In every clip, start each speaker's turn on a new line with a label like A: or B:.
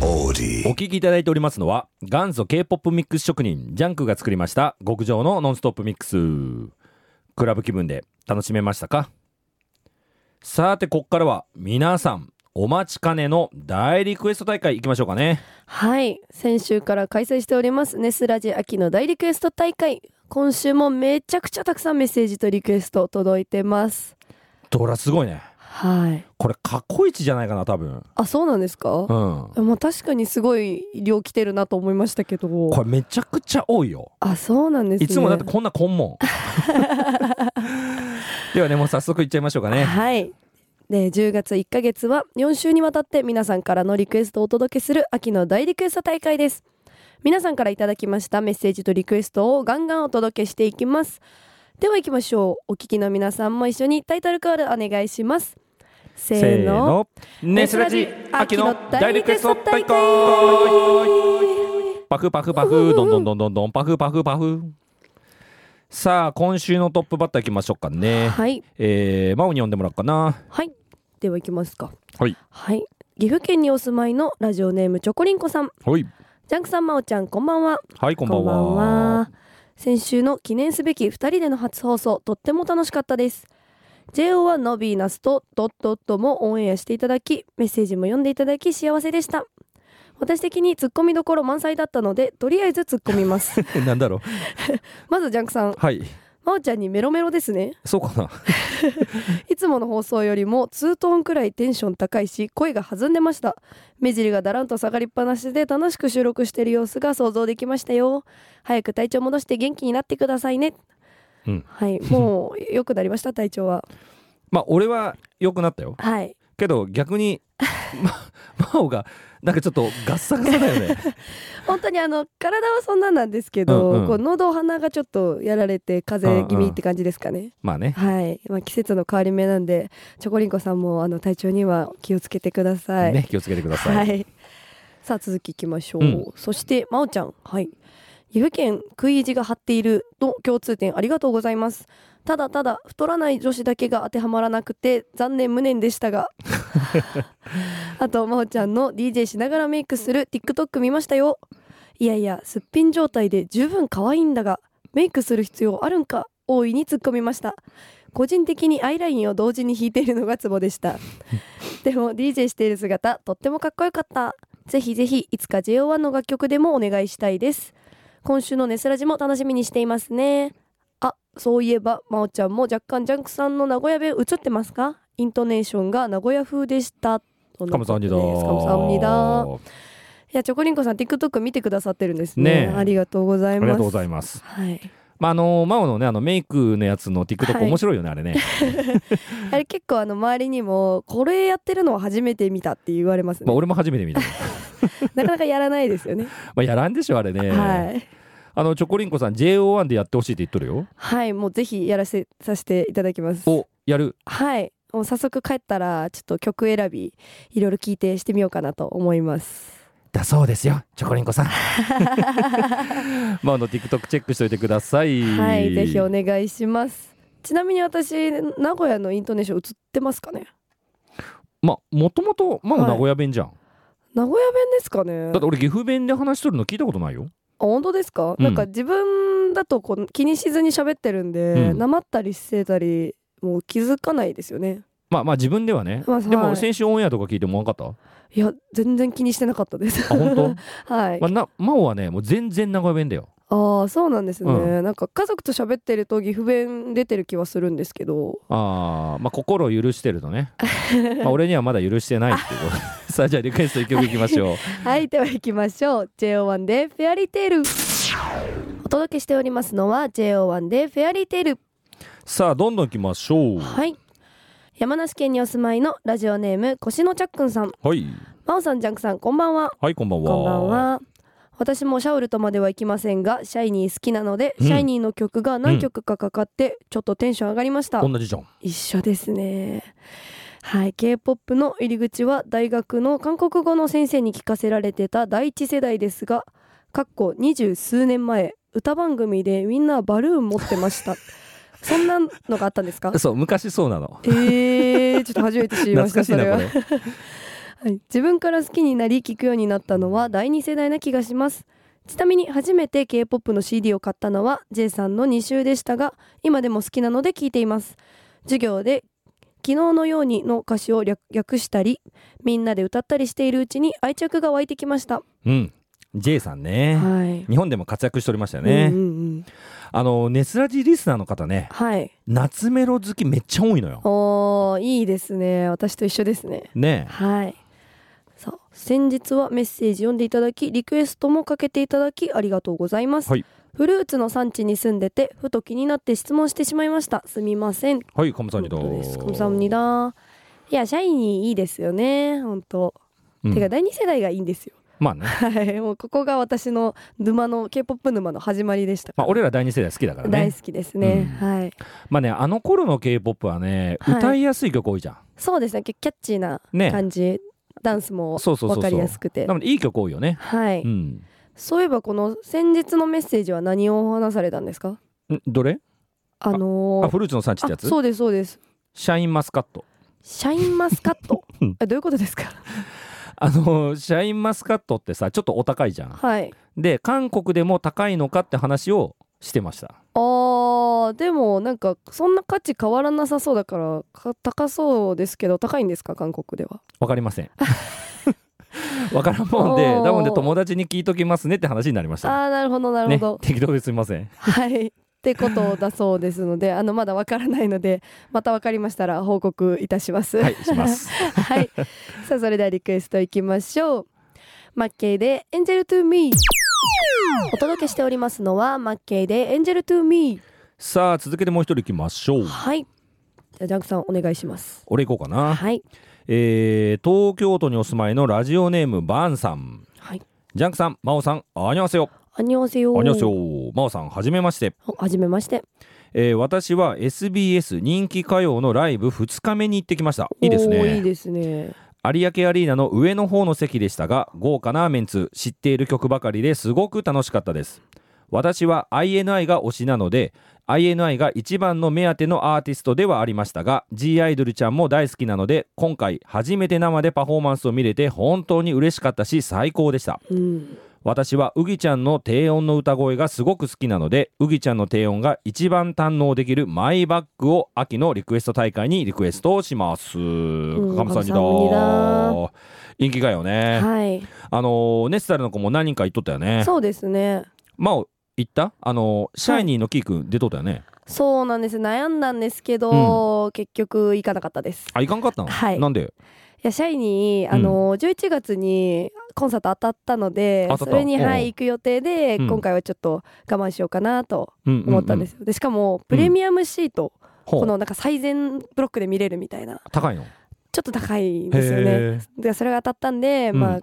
A: body.
B: お聞きいただいておりますのは、元祖 K-POP ミックス職人、ジャンクが作りました、極上のノンストップミックス。クラブ気分で楽しめましたかさて、こっからは、皆さん、お待ちかねの大リクエスト大会行きましょうかね。
C: はい先週から開催しておりますネスラジ秋の大リクエスト大会今週もめちゃくちゃたくさんメッセージとリクエスト届いてます
B: ドラすごいね。
C: はい
B: これ、過去一じゃないかな、多分。
C: あそうなんですか
B: うん。
C: まあ確かにすごい量来てるなと思いましたけど
B: これ、めちゃくちゃ多いよ。
C: あそうなんですね
B: いつもだってこんなこん もん。ではね、もう早速行っちゃいましょうかね。
C: はいで10月1ヶ月は4週にわたって皆さんからのリクエストをお届けする秋の大リクエスト大会です皆さんからいただきましたメッセージとリクエストをガンガンお届けしていきますでは行きましょうお聞きの皆さんも一緒にタイトルコールお願いしますせ
B: せ
C: ー
B: ー
C: の
B: の。ネスラジ秋の大リクエスト大会パフパフパフ、どんどんどんどんどん、パフパフパフ。さあ、今週のトップバッターいきましょうかね。
C: はい
B: えー、マオに呼んでもらおうかな。
C: はいでは行きますか
B: はい。
C: はい岐阜県にお住まいのラジオネームチョコリンコさん
B: はい。
C: ジャンクさんまおちゃんこんばんは
B: はい、こんばんは。
C: こんばんは先週の記念すべき2人での初放送とっても楽しかったです JO1 のビーナスとドットットもオンエアしていただきメッセージも読んでいただき幸せでした私的にツッコミどころ満載だったのでとりあえず突っ込みます
B: え なんだろう。
C: まずジャンクさん
B: はい。
C: まおちゃんにメロメロですね
B: そうかな。
C: いつもの放送よりも2トーンくらいテンション高いし声が弾んでました目尻がだらんと下がりっぱなしで楽しく収録している様子が想像できましたよ早く体調戻して元気になってくださいね
B: うん。
C: はいもう良くなりました体調は
B: まあ、俺は良くなったよ。
C: はい
B: けど、逆 に、ま、マオが、なんかちょっとガッサガサだよね。
C: 本当にあの体はそんなんなんですけど、
B: うんうん
C: こう喉鼻がちょっとやられて風邪気味って感じですかね、
B: まあね。
C: はい、まあ、季節の変わり目なんでチョコリンコさんもあの体調には気をつけてください
B: ね、気をつけてください。
C: はい。さあ続きいきましょう。
B: うん
C: そしてまおちゃん、はい。岐阜県食い意地が張っているの共通点ありがとうございます。ただただ太らない女子だけが当てはまらなくて残念無念でし たが。あとまおちゃんの DJ しながらメイクする TikTok 見ましたよ。いやいやすっぴん状態で十分可愛いんだがメイクする必要あるんか大いに突っ込みました。個人的にアイラインを同時に引いているのがツボ でした。でも DJ している姿とってもかっこよかったぜひぜひいつか JO1 の楽曲でもお願いしたいです今週のネスラジも楽しみにしていますねあそういえばまおちゃんも若干ジャンクさんの名古屋弁映ってますかイントネーションが名古屋風でしたとの
B: カム
C: こと
B: サン
C: で
B: ニ
C: す
B: ダ
C: カムサハムニダいやチョコリンコさん TikTok 見てくださってるんですね
B: ねえ
C: ありがとうござ
B: あ
C: い
B: り
C: ます
B: がとうございます。
C: はい、
B: まあ、あの、マオのね、あの、メイクのやつの TikTok、
C: はい
B: 面白いよね、あれ ね。
C: あれ結構あの周りにもこれやってるのは初めて見たって言われます
B: まあ、
C: ね
B: 俺も初めて見た。
C: なかなかやらないです よね、
B: まあ、やらんでしょ、あれね。
C: はい
B: あの、チョコリンコさん、JO1 でやってほしいって言っとるよ。
C: はい、もうぜひやらせさせていただきます。
B: お、やる。
C: はい、もう早速帰ったらちょっと曲選びいろいろ聞いてしてみようかなと思います。
B: だそうですよ、チョコリンコ さん。まあ、あの、TikTok チェックしておいてください。
C: はい、ぜひお願いします。ちなみに私名古屋のイントネーション映ってますかね。
B: まあ、もともと、マオ
C: はい
B: 名古屋弁じゃん。
C: 名古屋弁ですかね。
B: だって俺、岐阜弁で話しとるの聞いたことないよ。
C: あ本当ですか、
B: うん
C: なんか自分だとこう気にしずに喋ってるんで、
B: うん
C: なまったりしてたりもう気づかないですよね。
B: まあまあ、自分ではね。
C: まあ
B: で
C: は
B: も、
C: い
B: 先週オンエアとか聞いてもわかったあ、
C: いや全然気にしてなかったです。
B: 本 当
C: はい
B: ま。あ、な、マオはね、もう全然名古屋弁だよ。
C: ああそうなんですね、
B: う
C: なんか家族と喋ってると岐阜弁出てる気はするんですけど
B: あーまあ心を許してると ねまあ俺にはまだ許してないっていうことさあじゃあリクエスト一曲いきまし ょう
C: はいでは行きましょう JO1 で「フェアリーテール」お届けしておりますのは JO1 で「フェアリーテール
B: さあどんどんいきましょ」う
C: はい山梨県にお住まいのラジオネーム腰のちゃっくんさん
B: はい
C: 真央さんジャンクさんこんばんは
B: はいこんばんは
C: こんばんは私もシャウルとまではいきませんがシャイニー好きなので、
B: うん
C: シャイニーの曲が何曲かかかってちょっとテンション上がりました、
B: 同じじゃん
C: 一緒ですねはい K-POP の入り口は大学の韓国語の先生に聞かせられてた第一世代ですがかっこ二十数年前歌番組でみんなバルーン持ってましたそんなの があったんですか
B: そう昔そうなの
C: えー、ちょっと初めて知りま
B: 懐
C: した
B: かしいなこれ
C: それははい、自分から好きになり聴くようになったのは第二世代な気がしますちなみに初めて K-POP の CD を買ったのは J さんの2週でしたが今でも好きなので聴いています授業で「昨日のように」の歌詞を略略したりみんなで歌ったりしているうちに愛着が湧いてきました、
B: うん。J さんね。
C: はい、
B: 日本でも活躍しておりましたよね。
C: うんうんうん
B: あの、ネスラジリスナーの方ね、
C: はい
B: 夏メロ好きめっちゃ多いのよ。
C: おーいいですね私と一緒ですね
B: ねえ
C: はいさあ先日はメッセージ読んでいただきリクエストもかけていただきありがとうございます、
B: はい
C: フルーツの産地に住んでてふと気になって質問してしまいましたすみません
B: はい、コムサニだ。
C: 本当ですさんにだいやシャイニーいいですよね本当、
B: うん
C: てか第二世代がいいんですよ
B: まあね。
C: はいもうここが私の沼の K-POP 沼の始まりでしたか
B: まあ、
C: ら、
B: 俺ら第二世代好きだから
C: 大
B: ね。
C: 好きですね、はい
B: まあね、あの頃の K-POP はね、
C: はい
B: 歌いやすい曲多いじゃん。
C: そうですねキャキャッチーな
B: ね
C: 感じ、ダンスも
B: そうそうそうそう
C: 分かりやすくて
B: なのでいい曲多いよね。
C: はい、
B: うん。
C: そういえばこの先日のメッセージは何を話されたんですか
B: んどれ
C: あのー
B: あ、フルーツの産地ってや
C: あ
B: つ
C: そうですそうです
B: シャインマスカット。
C: シャインマスカッ ト
B: うん
C: えどういうことで すか
B: あの、シャインマスカットってさ、ちょっとお高いじゃん。
C: はい
B: で、韓国でも高いのかって話をしてました。
C: あーでもなんかそんな価値変わらなさそうだからか高そうですけど高いんですか韓国では
B: わかりま せん。わからんもんで、
C: おー
B: だもんで友達に聞いときますねって話になりました。
C: あーなるほどなる
B: ね
C: ほど、、
B: 適当ですみませ ん。
C: はいってことだそうですのであのまだわからないのでまたわかりましたら報告いたします
B: はい、します。
C: はい。さあ、それではリクエストいきましょう。マッケイでエンジェルトゥーミー。お届けしておりますのは、マッケイでエンジェルトゥーミ
B: さあ、続けてもう一人行きましょ
C: ー。
B: う。
C: はい。じゃあ、ジャンクさん、お願いします。
B: 俺行こうかな。
C: はい。
B: えー、東京都にお住まいのラジオネームバーンさん。
C: はい。
B: ジャンクさん、マオさん、あにゃせよ。
C: アニョンセヨ。
B: あにゃせよ。マオさん、はじめまして。
C: お。はじめまして。
B: えー私は SBS 人気歌謡のライブ2日目に行ってきました。いいです
C: おーい
B: ね。
C: いですね。
B: 有明アリーナの上の方の席でしたが、豪華なメンツ、知っている曲ばかりですごく楽しかったです。私は INI が推しなので、INI が一番の目当てのアーティストではありましたが、G アイドルちゃんも大好きなので、今回初めて生でパフォーマンスを見れて本当に嬉しかったし最高でした。
C: うん。
B: 私はうぎちゃんの低音の歌声がすごく好きなのでうぎちゃんの低音が一番堪能できるマイバッグを秋のリクエスト大会にリクエストをします。
C: ん
B: カムサニダ
C: 감사합니다
B: ー。人気がよね。
C: はい。
B: あのーネスタルの子も何人か言っとったよね。
C: そうですね。
B: まあ言ったあのーシャイニーのキー君出とったよね。
C: そうなんです。悩んだんですけど、結局行かなかったです。
B: あいかんかったの、
C: はい
B: なんで
C: いやシャイに
B: うん
C: あの、11月にコンサート当たったので
B: 当た
C: そ
B: った
C: れに、
B: うん
C: はい、行く予定で、
B: うん
C: 今回はちょっと我慢しようかなと思
B: 思
C: ったんですよ、でしかもプレミアムシート、
B: ほう
C: このなんか最前ブロックで見れるみたいな
B: 高いの
C: ちょっと高いんですよね
B: へー
C: でそれが当たったんで、
B: うん
C: まあ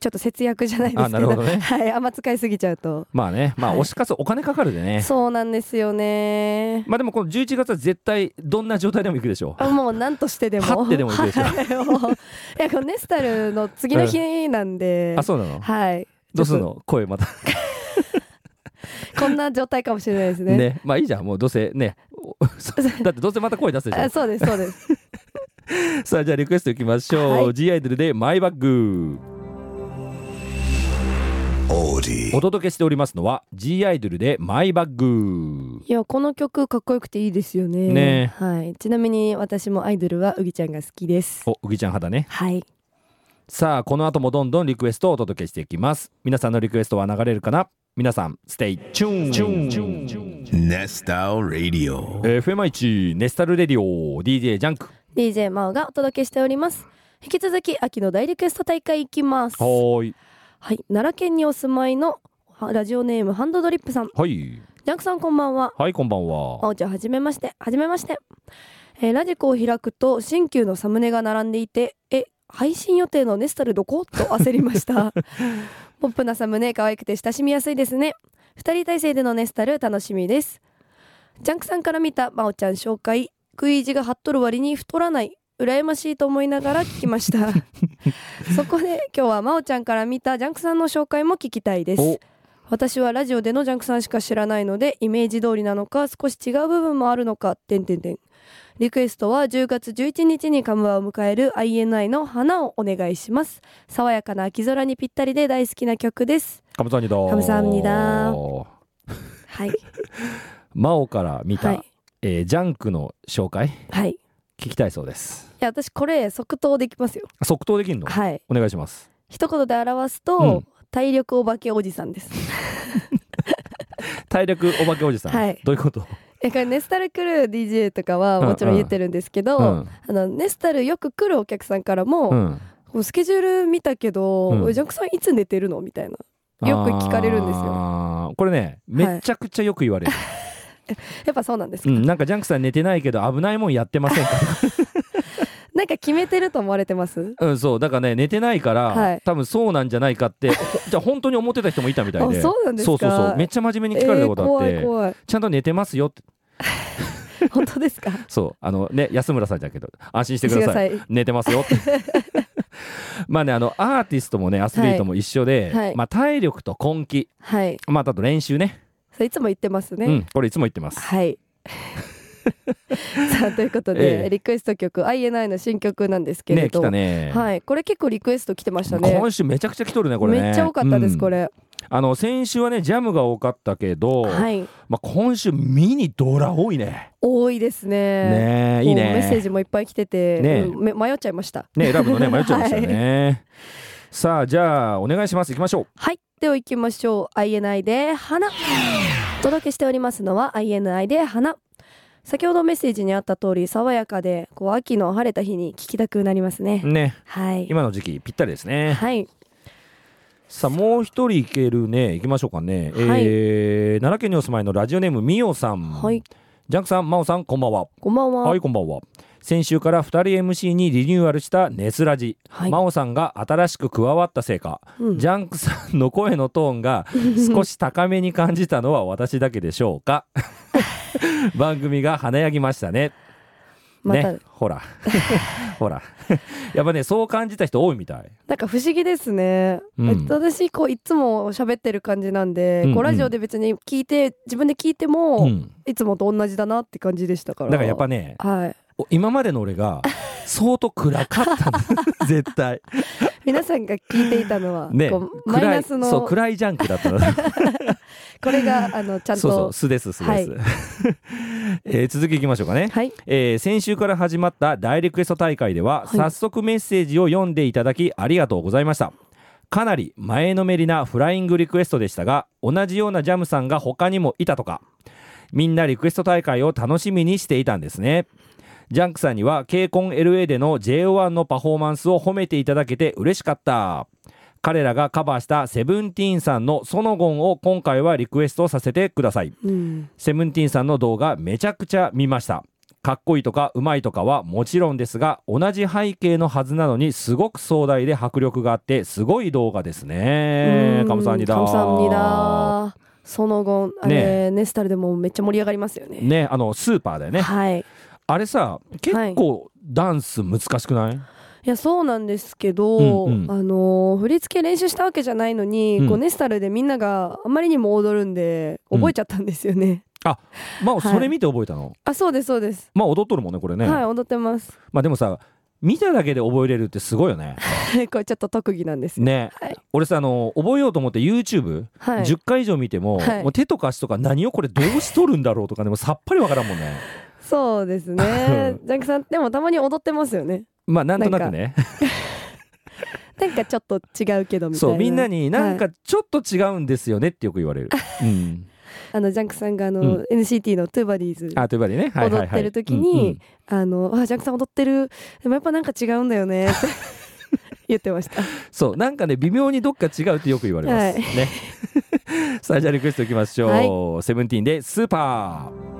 C: ちょっと節約じゃないで
B: あ
C: すけ
B: な
C: ど
B: るほどね。
C: はい、あんま使いすぎちゃうと、
B: まあねまあ
C: はい
B: 推し活お金かかるでね。
C: そうなんですよね
B: まあでもこの11月は絶対どんな状態でも行くでしょう。
C: あもう何としてでも
B: 張ってでも行くでしょ
C: はいもういやこのネスタルの次の日なんで、
B: あそうなの
C: はい
B: どうするの声また
C: こんな状態かもしれないです
B: ね
C: ね。
B: まあいいじゃんもうどうせね おそうだってどうせまた声出すでし
C: あ
B: ょ
C: そうですそうです。
B: さあじゃあリクエストいきましょう、
C: はい
B: G アイドルで「マイバッグ」お届けしておりますのは G アイドルで「マイバッグ
C: いやこの曲かっこよくていいですよね。
B: ね
C: はい。ちなみに私もアイドルはうぎちゃんが好きです」。
B: おうぎちゃん肌ね
C: はい。
B: さあこの後もどんどんリクエストをお届けしていきます皆さんのリクエストは流れるかな皆さんステイチューン
A: Nestal Radio.
B: FM1 ネスタルレディオ DJ ジャンク
C: DJ マオがお届けしております。引き続き秋の大リクエスト大会いきます。
B: は
C: は
B: ーい
C: い。奈良県にお住まいのはラジオネームハンドドリップさん。
B: はい
C: ジャンクさんこんばんは。
B: はいこんばんは
C: まおちゃんはじめまして。はじめまして。えーラジコを開くと新旧のサムネが並んでいて、え、配信予定のネスタルどこと焦りました。ポップなサムネ可愛くて親しみやすいですね。二人体制でのネスタル楽しみです。ジャンクさんから見たまおちゃん紹介、食い意地が張っとる割に太らない。羨ましいと思いながら聞きましたそこで今日はまおちゃんから見たジャンクさんの紹介も聞きたいです
B: お
C: 私はラジオでのジャンクさんしか知らないのでイメージ通りなのか少し違う部分もあるのか点点点リクエストは10月11日にカムアを迎える INI の花をお願いします爽やかな秋空にぴったりで大好きな曲です
B: 감사합니다
C: 감사합니다はい
B: 真央から見た、
C: はい
B: えージャンクの紹介
C: はいい
B: 聞きたいそうです
C: や私これ即答できますよ
B: 即答できるの
C: はい
B: お願いします
C: 一言で表すと、
B: うん
C: 体力お化けおじさ んです
B: 体力お化けおじさん、
C: はい
B: どういうこと、
C: だからネスタル来る DJ とかは
B: うん
C: もちろん言ってるんですけど、
B: うん
C: あのネスタルよく来るお客さんからも、
B: うん、
C: こうスケジュール見たけど、
B: うん
C: おいジャンクさんいつ寝てるのみたいなよく聞かれるんですよ
B: あーこれねめちゃくちゃよく言われる、
C: やっぱそうなんですか、
B: うん、なんかジャンクさん寝てないけど危ないもんやってませんか
C: なんか決めてると思われてます
B: うんそうだからね寝てないから、
C: はい
B: 多分そうなんじゃないかってほじゃあ本当に思ってた人もいたみたいで
C: あそうなんですか
B: そうそうそうめっちゃ真面目に聞かれたことあって、
C: えー怖い
B: ちゃんと寝てますよって
C: 怖い本当ですか
B: そうあのね安村さんだけど安心してください
C: してくださ
B: 寝てます よってまあねあのアーティストもねアスリートも一緒で、
C: はい
B: まあ、体力と根気
C: いはい
B: まああと練習ね
C: それいつも言ってますね、
B: うんこれいつも言ってます
C: はい さあということで、
B: ええ
C: リクエスト曲 INI の新曲なんですけれ
B: ね来
C: ど
B: たね、
C: はいこれ結構リクエスト来てましたね
B: 今週めちゃくちゃ来とるねこれね
C: めっちゃ多かったです、
B: うん
C: これ
B: あの先週はねジャムが多かったけど、
C: はい
B: まあ、今週ミニドラ多いね
C: 多いですね
B: ねえいい
C: もう
B: ね
C: メッセージもいっぱい来てて、
B: ねえ
C: うんめ迷っちゃいました
B: ね選ぶのね迷っちゃいましたよね、さあじゃあお願いします行きましょう
C: はいでは行きましょう INI で花お届けしておりますのは INI で花先ほどメッセージにあった通り爽やかでこう秋の晴れた日に聴きたくなりますね、
B: ね
C: はい
B: 今の時期ぴったりですね
C: はい
B: さあもう一人いけるね行きましょうかね、
C: はい
B: えー奈良県にお住まいのラジオネームみおさん、
C: はい
B: ジャンクさん真央さんこんばんは
C: こんばんは
B: はいこんばんは先週から2人 MC にリニューアルしたネスラジ、
C: はい
B: 真央さんが新しく加わったせいか、
C: うん
B: ジャンクさんの声のトーン が少し高めに感じたのは私だけでしょう か番組が華やぎましたね
C: また、
B: ねほ らほらやっぱねそう感じた人多いみたい
C: なんか不思議ですね、
B: うん
C: 私こういつも喋ってる感じなんで、
B: うん
C: こ
B: う
C: うんラジオで別に聞いて自分で聞いても、
B: うん
C: いつもと同じだなって感じでしたか
B: だ
C: ら
B: からやっぱね
C: はい
B: お今までの俺が相当暗かった の絶対
C: 皆さんが聞いていたのは、
B: ね
C: こうマイ
B: 暗
C: ナ
B: い
C: ス
B: そう
C: のこ
B: 暗いジャンクだった のち
C: れがあのちゃんと
B: そうそう素です素です、
C: はい
B: えー続きいきましょうかね
C: はい
B: えー先週から始まった大リクエスト大会では、
C: はい
B: 早速メッセージを読んでいただきありがとうございましたかなり前のめりなフライングリクエストでしたが同じようなジャムさんが他にもいたとかみんなリクエスト大会を楽しみにしていたんですねジャンクさんには k コン l a での JO1 のパフォーマンスを褒めていただけて嬉しかった彼らがカバーしたセブンティーンさんのソノゴンを今回はリクエストさせてください
C: うん
B: セブンティーンさんの動画めちゃくちゃ見ましたかっこいいとかうまいとかはもちろんですが同じ背景のはずなのにすごく壮大で迫力があってすごい動画ですね
C: うん
B: カムサンニダー
C: カムサハムニダその後あれ、
B: ね
C: ネスタルでもめっちゃ盛り上がりますよね
B: ねあのスーパーだよね
C: はい
B: あれさ結構ダンス難しくない、
C: いやそうなんですけど、
B: うんうん
C: あのー振り付け練習したわけじゃないのに、
B: うん
C: こうネスタルでみんながあまりにも踊るんで
B: うん
C: 覚えちゃったんですよね、
B: まあ
C: はい
B: それ見て覚えたの、
C: あそうですそうです、
B: まあ踊っとるもんねこれね、
C: はい踊ってます
B: まあでもさ見ただけで覚えれるってすごいよね。
C: これちょっと特技なんですよ
B: ね、
C: はい
B: 俺さあの覚えようと思って YouTube、
C: はい
B: 10回以上見ても,、
C: はい
B: もう手とか足とか何をこれどうしとるんだろうとかで もさっぱりわからんもんね
C: そうです ねジャンクさんでもたまに踊ってますよね
B: まあなんとなくね
C: なんかちょっと違うけどみた い
B: そ
C: な
B: うみんなになん
C: は
B: かちょっと違うんですよねってよく言われる、うん、
C: いあのジャンクさんがあの、
B: うん
C: NCT の「トゥーバディーズ」
B: あというわけでね、はいはいはい、
C: 踊ってる時に
B: うんうん
C: あのあジャンクさん踊ってるでもやっぱなんか違うんだよね って言ってました
B: そうなんかね微妙にどっか違うってよく言われます、
C: はい
B: ね さあじゃあリクエストいきましょう、セブンティーンで「スーパー」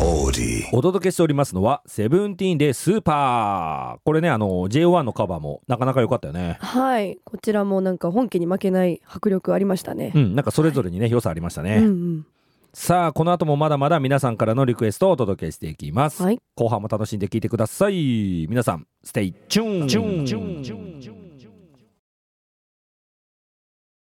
A: Audi.
B: お届けしておりますのは「セブンティーンでスーパー」これねあの JO1 のカバーもなかなか良かったよね
C: はいこちらもなんか本家に負けない迫力ありましたね
B: う、んなんかそれぞれにね、良さありましたね、
C: うんうん
B: さあこの後もまだまだ皆さんからのリクエストをお届けしていきます、
C: はい
B: 後半も楽しんで聞いてください皆さんステイチューン